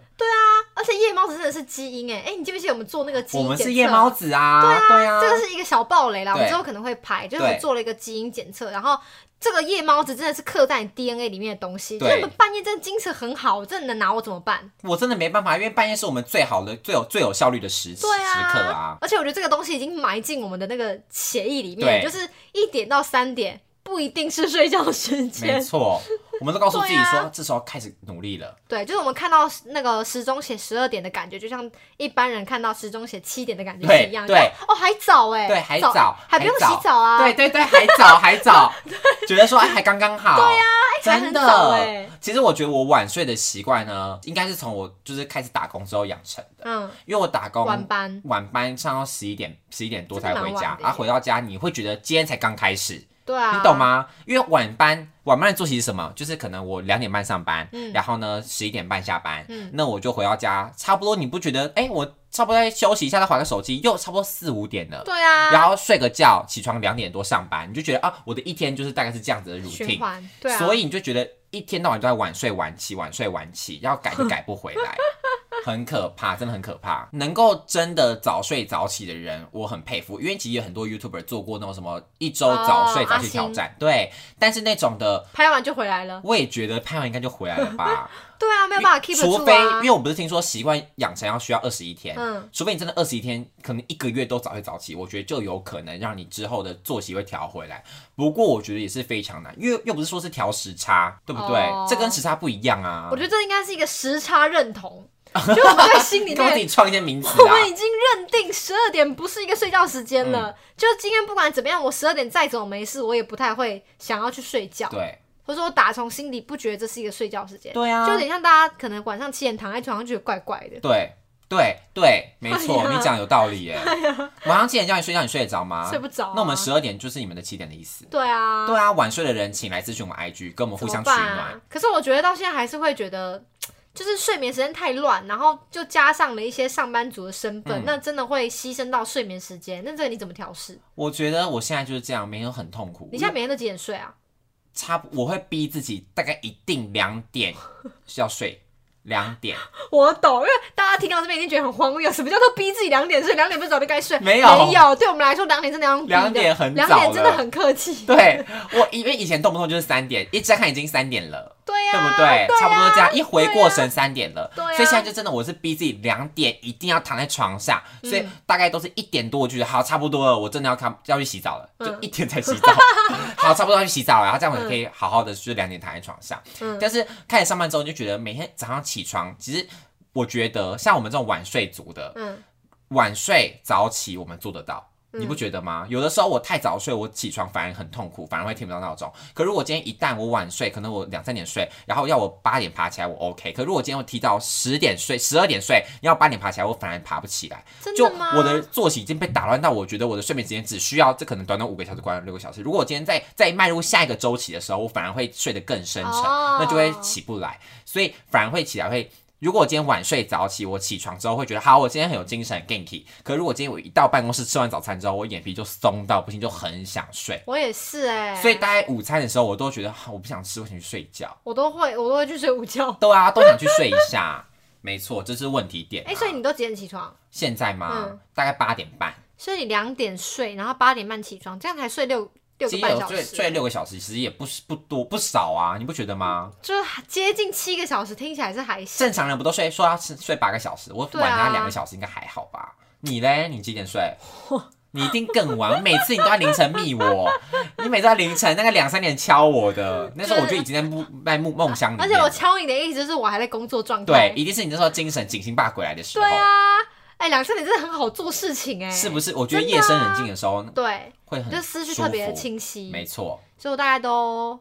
而且夜猫子真的是基因哎、哎、你记不记得我们做那个基因
我们
检测
是夜猫子啊，对啊，对啊
这个是一个小暴雷啦，我们
对
之后可能会拍，就是我们
对
做了一个基因检测，然后这个夜猫子真的是刻在你 DNA 里面的东西，就
对
是我们半夜真的精神很好，真的能拿我怎么办？
我真的没办法，因为半夜是我们最好的、最有最有效率的时时
对啊，
刻啊。
而且我觉得这个东西已经埋进我们的那个协议里面，就
对
是一点到三点不一定是睡觉时
没
间。
错，我们都告诉自己
对
说，
啊
这时候开始努力了。
对，就是我们看到那个时钟写十二点的感觉，就像一般人看到时钟写七点的感觉
对
是一样。
对
就哦，还早哎，
对，还早，
还不用洗澡啊，
对，对对，还早，还早，觉得说哎，还刚刚好。对呀，
还
真
很早
的。
哎，
其实我觉得我晚睡的习惯呢，应该是从我就是开始打工之后养成的，
嗯，
因为我打工
晚班，
晚班上到十一点十一点多
真
才
的
回
蛮
家
晚，的
啊，回到家你会觉得今天才刚开始，
对啊，
你懂？吗？因为晚班晚班的作息是什么？就是可能我两点半上班，
嗯
然后呢十一点半下班，
嗯
那我就回到家，差不多你不觉得？哎、我差不多再休息一下，再划个手机，又差不多四五点了。
对啊，
然后睡个觉，起床两点多上班，你就觉得啊，我的一天就是大概是这样子的
循
routine，、
环，对啊，
所以你就觉得一天到晚都在晚睡晚起，晚睡晚起，要改就改不回 来，很可怕，真的很可怕。能够真的早睡早起的人，我很佩服，因为其实有很多 YouTuber 做过那种什么一周早睡
哦
早
阿
起
星
挑战，对，但是那种的。
拍完就回来了。
我也觉得拍完应该就回来了吧，
对啊，没有办法 keep 得住
除非
啊
因。为我不是听说习惯养成要需要二十一天，
嗯
除非你真的二十一天，可能一个月都早睡早起，我觉得就有可能让你之后的作息会调回来。不过我觉得也是非常难，因为又不是说是调时差，对不对？
哦
这跟时差不一样啊。
我觉得这应该是一个时差认 同，就我们在心里
你干嘛自
面
己创一些名词
我
啊？嗯
们已经认定十二点不是一个睡觉时间了。就今天不管怎么样，我十二点再怎么没事，我也不太会想要去睡觉，
对
或者说我打从心底不觉得这是一个睡觉时间，
对啊
就有点像大家可能晚上七点躺在床上觉得怪怪的。
对对对，没错，
哎呀
你讲有道理耶。晚上七点叫你睡觉，你睡得着吗？
睡不着啊
那我们十二点就是你们的七点的意思。
对啊，
对啊，晚睡的人请来咨询我们 IG，跟我们
怎
互
么
相取
办
暖
啊。可是我觉得到现在还是会觉得。就是睡眠时间太乱，然后就加上了一些上班族的身份，那真的会牺牲到睡眠时间。那这个你怎么调试？
我觉得我现在就是这样，每天都很痛苦。
你现在每天都几点睡啊？
差不我会逼自己大概一定两点要睡，两 点
我懂，因为大家听到这边一定觉得很荒谬，什么叫做逼自己两点睡？两点不是早就该睡？
没有
有，没有，对我们来说两点真的要用逼的
两点很早
两点真的
了
很客气。
对我因为以前动不动就是三点，一睁开已经三点了。
对呀、
对不
对
对？
啊？
差不多这样，一回过神三点了，
对啊
所以现在就真的我是逼自己两点一定要躺在床上，
嗯
所以大概都是一点多我就觉得好差不多了，我真的要看要去洗澡了，就
嗯
一点才洗 澡，好差不多要去洗澡了，然后这样我可以好好的就是两点躺在床上。
嗯
但是开始上班之后，你就觉得每天早上起床，其实我觉得像我们这种晚睡族的，
嗯，
晚睡早起我们做得到，
嗯
你不觉得吗？有的时候我太早睡，我起床反而很痛苦，反而会听不到闹钟。可如果今天一旦我晚睡，可能我两三点睡，然后要我八点爬起来，我 OK。可如果今天我提早十点睡、十二点睡，要八点爬起来，我反而爬不起来。
真
就
的吗？
我的作息已经被打乱到，我觉得我的睡眠时间只需要这可能短短五个小时、短短六个小时。如果我今天在在迈入下一个周期的时候，我反而会睡得更深沉，
哦
那就会起不来，所以反而会起来会。如果我今天晚睡早起，我起床之后会觉得好，我今天很有精神很，ganky。可如果今天我一到办公室吃完早餐之后，我眼皮就松到不行，就很想睡。
我也是哎、
所以大概午餐的时候，我都觉得啊我不想吃，我想去睡觉。
我都会，我都会去睡午觉。
对啊，都想去睡一下。没错，这是问题点、啊。
哎、所以你都几点起床？
现在吗？
嗯
大概八点半。
所以你两点睡，然后八点半起床，这样才睡六六个
其实
半
有
小
睡
时，
睡六个小时，其实也不是不多不少啊，你不觉得吗？
就是接近七个小时，听起来是还行。
正常人不都睡说要睡睡八个小时，我
对啊
晚他两个小时应该还好吧？你嘞？你几点睡？你一定更晚，每次你都在凌晨密 我，你每次在凌晨那个两三点敲我的，那时候我就已经在梦在梦梦乡里面
而且我敲你的意思就是我还在工作状态
嗯对，。一定是你那时候精神警醒霸鬼来的时候，
对啊，哎、两三点真的很好做事情哎、
是不是？我觉得
真
夜
的啊
深人静的时候
对，
会很
就思绪特别
舒服
清晰，
没错，
所以我大概都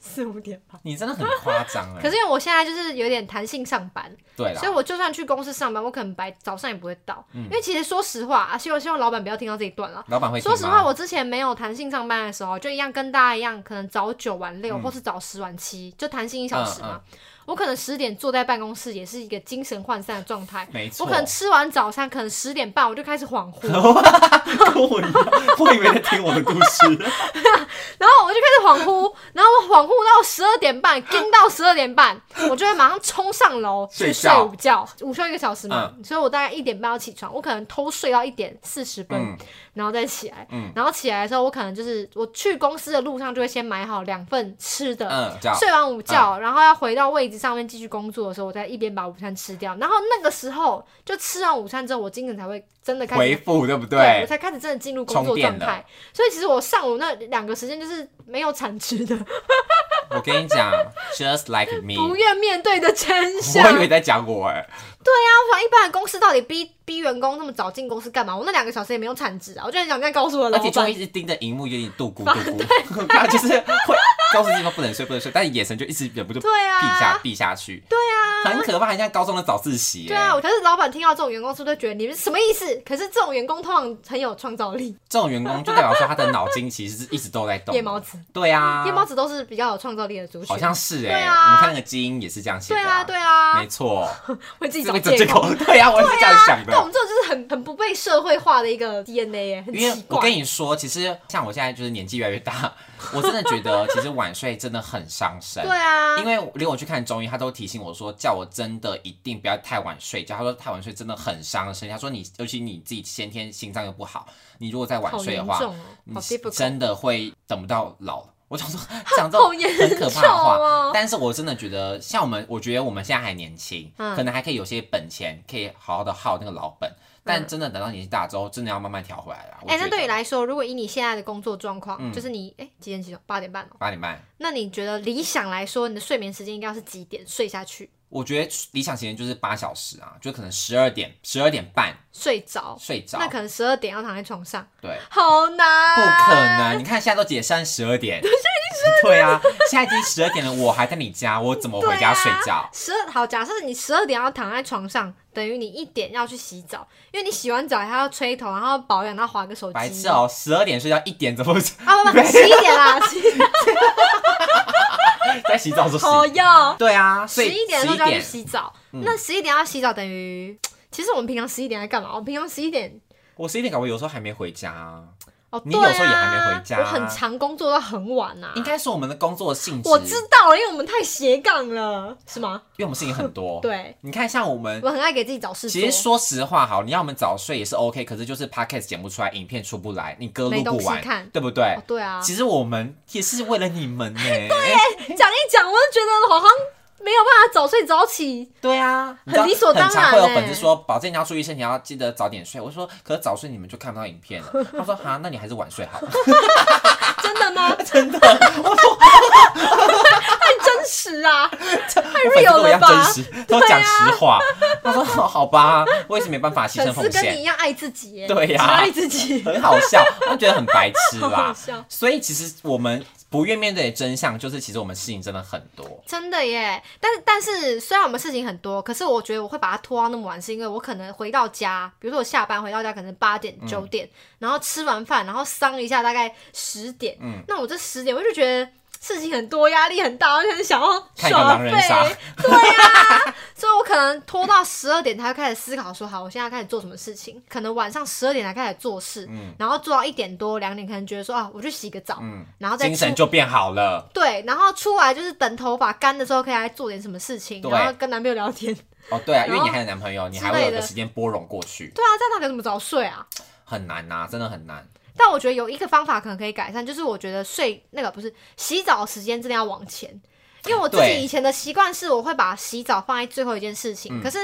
四五点吧。
你真的很夸张哎。
可是因为我现在就是有点弹性上班，
对啦嗯
所以，我就算去公司上班，我可能白早上也不会到，因为其实说实话啊，希望希望老板不要听到这一段啦。
老板会听
说实
吗
话，我之前没有弹性上班的时候，就一样跟大家一样，可能早九晚六，
嗯
或是早十晚七，就弹性一小时
嗯
嘛。我可能十点坐在办公室，也是一个精神涣散的状态。
没错，
我可能吃完早餐，可能十点半我就开始恍 惚，
跟我一样， 我以为在听我的 故事。
然后我就开始恍惚， 然后我恍惚到十二点 半，跟到十二点半，我就会马上冲上楼去
睡
睡
觉嗯
午觉，午休一个小时嘛，所以我大概一点半要起床，我可能偷睡到一点四十分，
嗯
然后再起来，
嗯
然后起来的时候，我可能就是我去公司的路上就会先买好两份吃的。
嗯，这样
睡完午觉，然后要回到位置上面继续工作的时候，我再一边把午餐吃掉，然后那个时候就吃完午餐之后，我精神才会真的开始
回复对不
对我
对？
才开始真的进入工
充
作
电
状
了
态。所以其实我上午那两个时间就是没有产值的，
我跟你讲，just like me，
不愿面对的真相。
我以为在讲我哎，
那一般的公司到底逼逼员工那么早进公司干嘛？我那两个小时也没有产值啊！我就很想这样告诉我
而
老
且就
板
一。直盯着荧幕，有点度咕度 咕，然后就是会告诉自己说不能睡，不能睡，但眼神就一直忍不住闭
对
下
啊，
闭下去。对啊，很可怕，很像高中的早自习
对
哎。
啊，可是老板听到这种员工是不是觉得你们什么意思？可是这种员工通常很有创造力，
这种员工就代表说他的脑筋其实是一直都在动。
夜猫子，
对啊，
夜猫子都是比较有创造力的族群
好。像是
对
哎，
啊
我们看那个基因也是这样写
对
的
啊，对
没
啊，
错，
会自己
这
找
个
借
借
口。
口， 对啊，我也是这样想的
但。我们这种就是很很不被社会化的一个 DNA，耶很
因为
奇
我
怪
跟。你说，其实像我现在就是年纪越来越大，我真的觉得其实晚睡真的很伤身。
对啊，
因为连我去看中医，他都提醒我说，叫我真的一定不要太晚睡觉。他说太晚睡真的很伤身。他说你，尤其你自己先天心脏又不好，你如果再晚
好
睡的
严
话，
重哦，
你
好 difficult，
真的会等不到老。我 想说讲这种
好严
很可怕的话，
重哦
但是我真的觉得，像我们，我觉得我们现在还年轻，
嗯
可能还可以有些本钱，可以好好的耗那个老本。但真的等到年纪大之后，真的要慢慢调回来了。
哎、那对你
来
来说，如果以你现在的工作状况，
嗯
就是你哎、几点起床？八点半哦。
八点半，
那你觉得理想来说，你的睡眠时间应该要是几点睡下去，
我觉得理想时间就是八小时啊，就可能十二点、十二点半
睡着？
睡着
那。可能十二点要躺在床上，
对，
好难。
不可能！你看现在都解散十二点，对啊，现在已经十二点了，我还在你家，我怎么回家睡觉？
十二好，假设你十二点要躺在床上，等于你一点要去洗澡，因为你洗完澡还要吹头，然后保养，然后划个手机。
白痴哦、 十二点睡觉，一点怎么
啊不不，十一点啦，十一点
在洗澡的时候
好
洗。
要
对啊，所
十
以
一点的
十
时候
一
就要去
点嗯
洗澡，那十一点要洗澡等于，其实我们平常十一点在干嘛？我平常十一点
我十一点搞，我有时候还没回家啊。
哦，
你
对
有时候也还没
啊
回家
我很常工作到很晚呐、
应该说我们的工作性质，
啊我知道了，因为我们太斜杠了，是吗？
因为我们事情很多。，
对，
你看像我们
我，很爱给自己找事做
其。实说实话，好，你要我们早睡也是 OK，可是就是 podcast 剪不出来，影片出不来，你歌录
没东
不
西看
完，对不对
哦？对啊，
其实我们也是为了 你们呢。
讲一讲，我就觉得好像没有办法早睡早起，
对啊，
很理所当然
很常会有
欸
粉丝说，保证你要注意身体，要记得早点睡。我说，可是早睡你们就看不到影片了。 他说，哈，那你还是晚睡好。
真的吗？
真的，
太真实 啊！
我粉丝跟我一样
real 了吧啊
真实，都讲实话。他说，哦好吧，我也是没办法牺
粉
牲
丝
奉
跟你
献
一，样爱自己耶，
对呀
只爱自己。
很好笑，我觉得很白痴
好好
啦
笑。
所以其实我们不愿面对的真相，就是其实我们事情真的很多。
真的耶，但是但是虽然我们事情很多，可是我觉得我会把它拖到那么晚，是因为我可能回到家，比如说我下班回到家可能八点九
嗯
点，然后吃完饭，然后伤一下大概十点，
嗯
那我这十点我就觉得事情很多，压力很大，我就很想要
看一个
耍
狼
废
人杀，
对呀、所以我可能拖到十二点才会开始思考说，好，我现在要开始做什么事情，可能晚上十二点才开始做事，
嗯
然后做到一点多两点，可能觉得说啊，我去洗个澡，
嗯，
然后再
精
出
神就变好了。
对，然后出来就是等头发干的时候，可以来做点什么事情，
对
然后跟男朋友聊 天。对
哦，对啊，因为
然后
你还有男朋友，你还
之类
会有个
的
时间拨冗过去，
啊，这样到底要怎么早睡啊？
很难呐、真的很难。
但我觉得有一个方法可能可以改善，就是我觉得睡那个不是洗澡时间真的要往前，因为我自
对
己以前的习惯是我会把洗澡放在最后一件事
嗯
情，可是。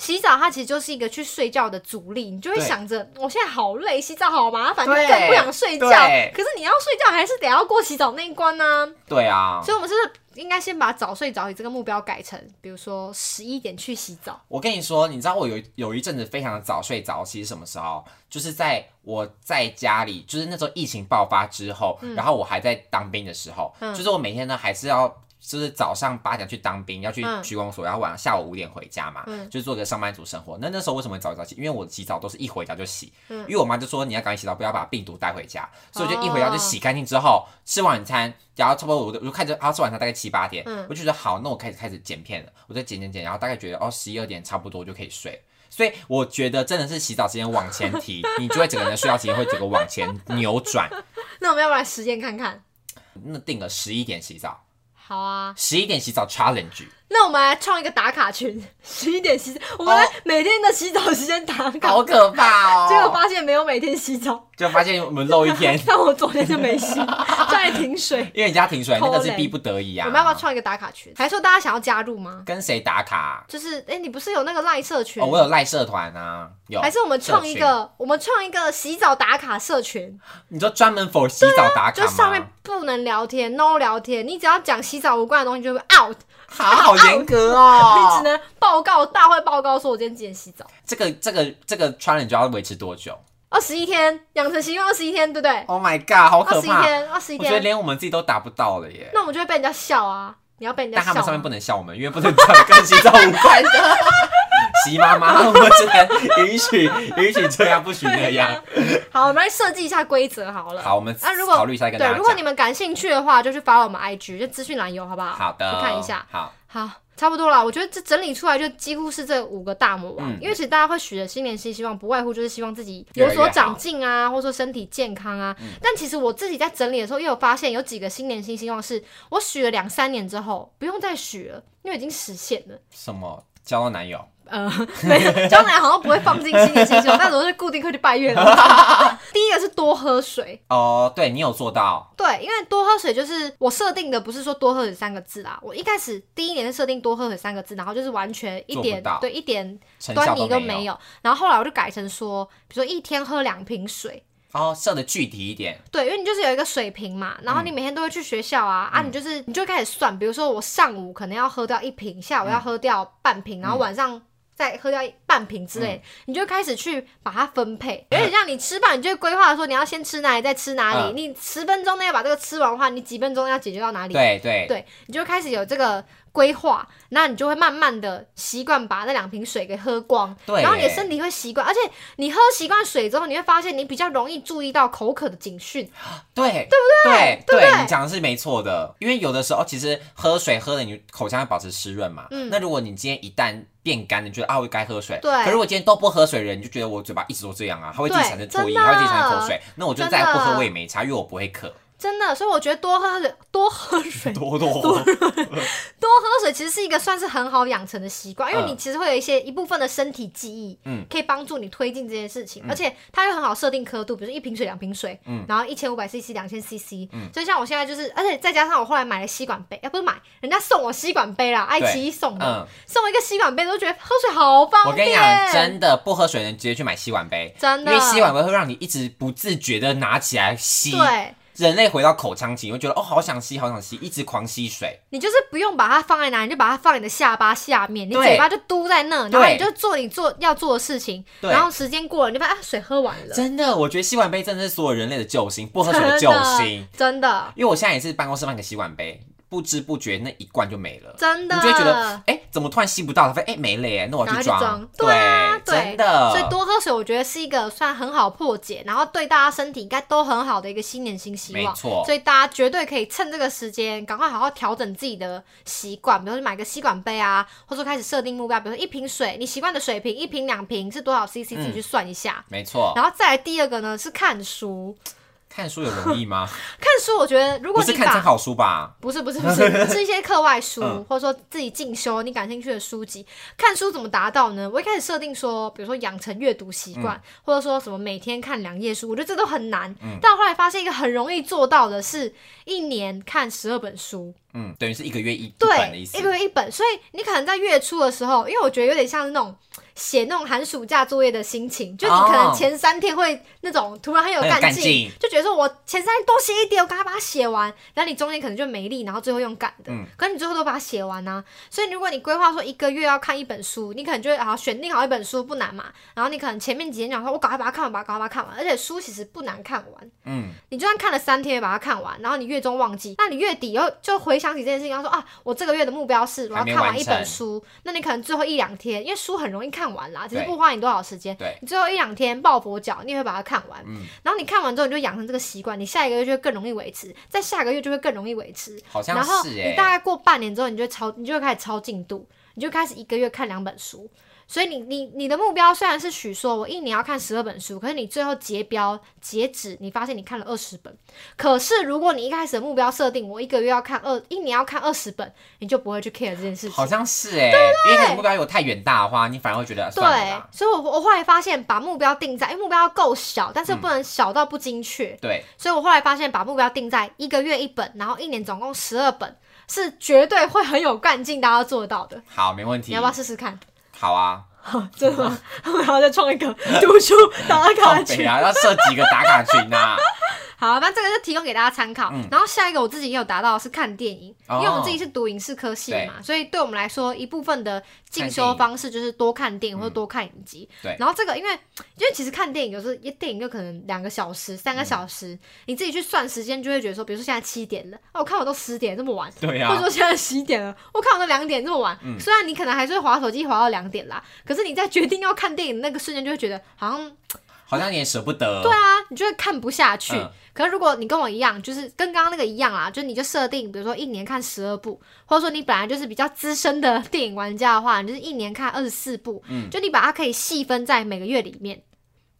洗澡它其实就是一个去睡觉的阻力，你就会
对
想着我现在好累，洗澡好麻烦，就
对
更不想睡觉。
对
可是你要睡觉还是得要过洗澡那一关呢、
对啊，
所以，我们是不是应该先把早睡早起这个目标改成，比如说十一点去洗澡？
我跟你说，你知道我有一有一阵子非常的早睡早起是什么时候？就是在我在家里，就是那时候疫情爆发之后，然后我还在当兵的时候，
嗯
就是我每天呢还是要。就是早上八点去当兵，要去
嗯
区公所，然后晚上下午五点回家嘛，
嗯
就是做个上班族生活。那那时候为什么会早睡早起？因为我洗澡都是一回家就洗，
嗯
因为我妈就说你要赶紧洗澡，不要把病毒带回家，所以我就一回
哦
家就洗干净之后，吃晚餐，然后差不多我就我就看着她吃晚餐大概七八点，
嗯
我就觉得好，那我开始开始剪片了，我就剪剪剪，然后大概觉得哦十一二点差不多就可以睡了。所以我觉得真的是洗澡时间往前 提，你就会整个人的睡觉时间会整个往前扭转。
那我们要不要来实验看看？
那定了十一点洗澡，
好啊，
十一点洗澡 challenge，
那我们来创一个打卡群， 十一点洗澡，我们来
哦
每天的洗澡时间打卡。
可怕哦
结果 发现没有每天洗澡，，
就发现我们漏一天
但我昨天就没 洗，就在停水。
因为人家停水，那个
偷
是
懒
逼不得已
我
啊。
们要不要创一个打卡群？还说大家想要加入吗？
跟谁打卡？啊
就是，哎、你不是有那个赖社群？
哦，我有赖社团啊，有。
还是我们创一
社群，
个，我们创一个洗澡打卡社群，
你就专门 for 洗澡打卡
就
吗？
上面不能聊天，no 聊天，你只要讲洗澡无关的东西就会 out，
好 好严格
你只
哦。
能报告大会报告说我今天几点洗澡，
这个这个这个 challenge 要维持多久
二十一天养成习惯二十一天，对不对？
？Oh my god，好
二
可
十一
怕！
天，二十一
我觉得
天，
连我们自己都达不到了耶。
那我们就会被人家笑啊！你要被人家
但他
笑
们
吗，
上面不能笑我们，因为不能讲跟洗澡无关的。 习妈妈，我们只能允许允许这样，不许 那样。
好，我们来设计一下规则好了。
好，我们
那如果
考虑一下跟大
对，
家
如果
讲
你。们感兴趣的话，就去发我们 IG，就资讯栏有，好不好？
好的，
去看一下。。
好，
好，差不多了。我觉得这整理出来就几乎是这五个大魔王，
嗯
因为其实大家会许的新年新希望，不外乎就是希望自己
越
有
来越
所
好
长进啊，或者说身体健康啊。
嗯
但其实我自己在整理的时候，也有发现有几个新年新希望是我许了两三年之后不用再许了，因为已经实现 了。
什么交到男友？
呃，没有，将来好像不会放进新年 新希望，但我是固定会去拜月老。第一个是多喝水，
哦，对你有做到，
对，因为多喝水就是我设定的，不是说多喝水三个字啦。我一开始第一年是设定多喝水三个字，然后就是完全一
做不
点
到
对一点
成效
端
都
倪
没
没有。然后后来我就改成说，比如说一天喝两瓶水。
哦，设的具体一点，
对，因为你就是有一个水平嘛，然
嗯
后你每天都会去学校啊，啊，你就是你就会开始算，比如说我上午可能要喝掉一瓶，下
嗯
午要喝掉半瓶，然后晚上再喝掉一半瓶之
嗯
类，你就开始去把它分配，有点像你吃饭，你就会规划说你要先吃哪里，再吃哪里，
嗯
你十分钟内要把这个吃完的话，你几分钟要解决到哪里，
对对
对你就会开始有这个规划，那你就会慢慢的习惯把那两瓶水给喝光，
对
然后你的
耶
身体会习惯，而且你喝习惯水之后，你会发现你比较容易注意到口渴的警讯，
对，对不对？
对不对
你讲的是没错的，因为有的时候其实喝水喝了，你口腔会保持湿润嘛。
嗯
那如果你今天一旦变干，你觉得啊，我该喝水。
对
可如果今天都不喝水的人，你就觉得我嘴巴一直都这样啊，它会自己
对
产生唾液，
真的
它会自己产生口水。那我就再不
真
喝
的
我也没差，因为我不会渴。
真的，所以我觉得多喝水，多喝 水，
多多，
多喝水其实是一个算是很好养成的习惯，因为
嗯
你其实会有一些一部分的身体记忆，
嗯
可以帮助你推进这件事情，而且它又很好设定刻度，比如说一瓶水、两瓶水，
嗯
然后一千五百 CC、两千 CC，所以像我现在就是，而且再加上我后来买了吸管杯，哎、不是买，人家送我吸管杯啦，爱奇艺送的，
嗯，
送我一个吸管杯，都觉得喝水好方便。
我跟你讲，真的不喝水的人直接去买吸管杯，
真的
因为吸管杯会让你一直不自觉的拿起来吸。
对。
人类回到口腔期，你会觉得哦，好想吸，好想吸，一直狂吸水。
你就是不用把它放在哪，你就把它放你的下巴下面，你
对
嘴巴就嘟在那，然后
对
你就做你做要做的事情，
对
然后时间过了，你就发现啊水喝完了，
真的，我觉得吸管杯真的是所有人类的救星，不喝 水的救星。
真的
因为我现在也是办公室放个吸管杯，不知不觉那一罐就没了。
真的，
你就会觉得，哎、怎么突然吸不到了？发现哎没了耶，那我要
赶快去
去装
装。对啊对
真的。
所以多喝水，我觉得是一个算很好破解，然后对大家身体应该都很好的一个新年新希
没
望。
错
所以大家绝对可以趁这个时间，赶快好好调整自己的习惯，比如说买个吸管杯啊，或者说开始设定目标，比如说一瓶水，你习惯的水瓶，一瓶两瓶是多
嗯
少 CC，自己去算一下。
没错。
然后再来第二个呢是看书，
看书有容易吗？
看书我觉得 如
不
果
是
你
看参
把
考书吧？
不是不是不是，是一些课外书，
嗯
或者说自己进修你感兴趣的书籍。看书怎么达到呢？我一开始设定说，比如说养成阅读习惯，或者说什么每天看两页书，我觉得这都很难。但我后来发现一个很容易做到的是，一年看十二本书，
嗯，等于是一个月一一本的
对
意，思
一。个月一本。所以你可能在月初的时候，因为我觉得有点像是那种。写那种寒暑假作业的心情，就你可能
哦
前三天会那种突然很有
很有
干
干
劲，
劲
就觉得说我前三天多写一点，我赶快把它写完，然后你中间可能就没力，然后最后用赶的，
嗯
可是你最后都把它写完啊。所以如果你规划说一个月要看一本书，你可能就会好选定好一本书不难嘛，然后你可能前面几天讲说我赶快把它看完，把它赶快把它看完，而且书其实不难看完，
嗯，
你就算看了三天也把它看完，然后你月中忘记，那你月底又就回想起这件事情，然后说啊，我这个月的目标是我要
还没
看
完
完一本
成
书，那你可能最后一两天，因为书很容易看完啦，只是
对
不花你多少时间，
对
你最后一两天抱佛脚，你也会把它看完。
嗯
然后你看完之后，你就养成这个习惯，你下一个月就会更容易维持，在下个月就会更容易维持。
好像
然后
是
你
哎、
大概过半年之后，你就会超，你就会开始超进度，你就开始一个月看两本书。所以你你你的目标虽然是许说，我一年要看十二本书，可是你最后结标截止，你发现你看了二十本。可是如果你一开始的目标设定，我一个月要看二，一年要看二十本，你就不会去 care 这件事情。
好像是哎、因为你的目标如果太远大的话，你反而会觉得算了
对
啦。，
所以我我后来发现，把目标定在，因为目标要够小，但是
嗯
不能小到不精确。
对，
所以我后来发现，把目标定在一个月一本，然后一年总共十二本，是绝对会很有干劲，大家做得到 的。
好，没问
你
题
要。不要试试 看？
好啊，
真的吗？我要再创一个读书打卡
靠北
群。
啊，要设几个打卡群啊。
好，那这个就提供给大家参
嗯
考。然后下一个我自己也有达到的是看电影，
哦
因为我们自己是读影视科系的嘛，所以对我们来说一部分的进修方式就是多看电影或者多看影集。
嗯对
然后这个因为因为其实看电影有时候一电影就可能两个小时、三个小时，
嗯
你自己去算时间就会觉得说，比如说现在七点了，哦，我看我都十点这么晚，
对
或者
啊，嗯
说现在十一点了，我看我都两点这么晚，虽然你可能还是会划手机划到两点啦，可是你在决定要看电影的那个瞬间，就会觉得好像
好像你也舍不得。
对啊，你就会看不下去。
嗯
可是如果你跟我一样，就是跟刚刚那个一样啦，就你就设定，比如说一年看十二部，或者说你本来就是比较资深的电影玩家的话，你就是一年看二十四部，
嗯
就你把它可以细分在每个月里面。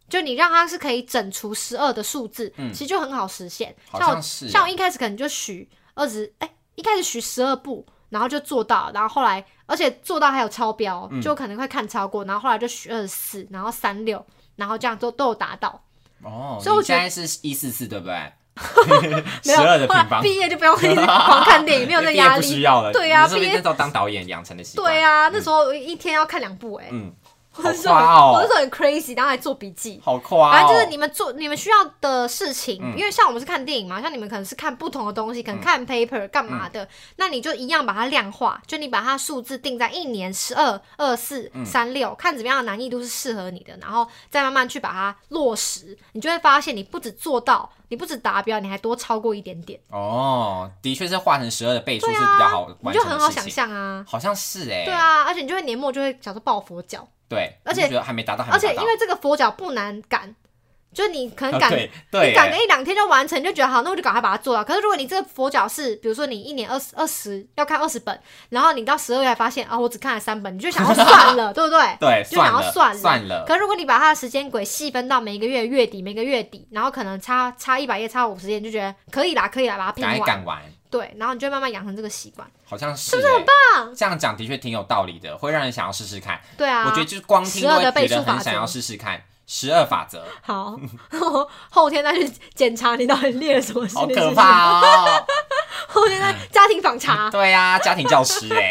就你让它是可以整除十二的数字，其实就很好实现。
嗯好
像我
像是啊
像我一开始可能就许二十，哎，一开始许十二步，然后就做到，然后后来而且做到还有超标，哦
嗯
就可能会看超过，然后后来就许二十四，然后三六，然后这样都都有达到，
哦，
所以我
你
觉得
现在是一四四对不 对？
没
十
有，
二的
后
平
来
方，
毕业就不用一直狂看电影，没有 那
毕业
压
不需
力。
要了。
对啊
你是不是
毕业
那时候当导演养成的习惯？
对
啊，
啊，那时候一天要看两部哎、
嗯，
我是说，
好夸哦
我是说很 crazy，然后还做笔记。
好夸、哦，
反正就是你们做你们需要的事情，
嗯
因为像我们是看电影嘛，像你们可能是看不同的东西，可能看 paper 干嘛的，
嗯
那你就一样把它量化，就你把它数字定在一年十二、二四、
嗯
三六，看怎么样的难易度是适合你的，然后再慢慢去把它落实，你就会发现你不止做到，你不止达标，你还多超过一点点，
哦，的确是化成十二的倍数是
对
比
啊
较好
你
完
就
成的
很好
事
想
情
象啊。
好像是哎、
对，啊，而且你就会年末就会想说抱佛脚，
对，
而且
你就觉得还没达到，还没
而且
达到
因为这个佛脚不难赶，就是你可能赶
对对
你赶个
欸
一两天就完成，你就觉得好，那我就赶快把它做到。可是如果你这个佛脚是，比如说你一年二十二十要看二十本，然后你到十二月才发现啊，我只看了三本，你就想要算 了，对不对？
对
就想
算
要
了
算了
算了，
可是如果你把它的时间轨细分到每一个月月底，每个月底，然后可能差差一百页，差五十页，你就觉得可以啦，可以啦，把它拼
赶一
完。
赶完，
对，然后你就会慢慢养成这个习惯。
好像是、欸、是不是很棒？这样讲的确挺有道理的，会让人想要试试看。
对啊，
我觉得就是光听
12
都
的
会
倍
觉得
数法
很想
则
要试试看。十二 法则，
好，后天再去检查你到底列了什么事情。
好可怕哦！
后天再家庭访 查。
对呀、啊，家庭教师哎、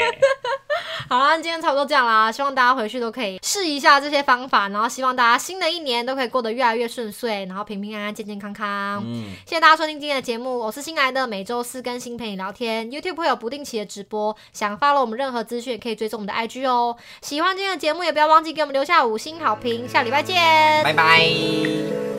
好啦，那今天差不多这样啦，希望大家回去都可以试一下这些方法，然后希望大家新的一年都可以过得越来越顺遂，然后平平安安、健健康康。
嗯，
谢谢大家收听今天的节目，我是新来的，每周四更新陪你聊天，YouTube 会有不定期的直播，想 follow 我们任何资讯也可以追踪我们的 IG 哦。嗯喜欢今天的节目也不要忘记给我们留下五星好评，下礼拜见，
拜拜。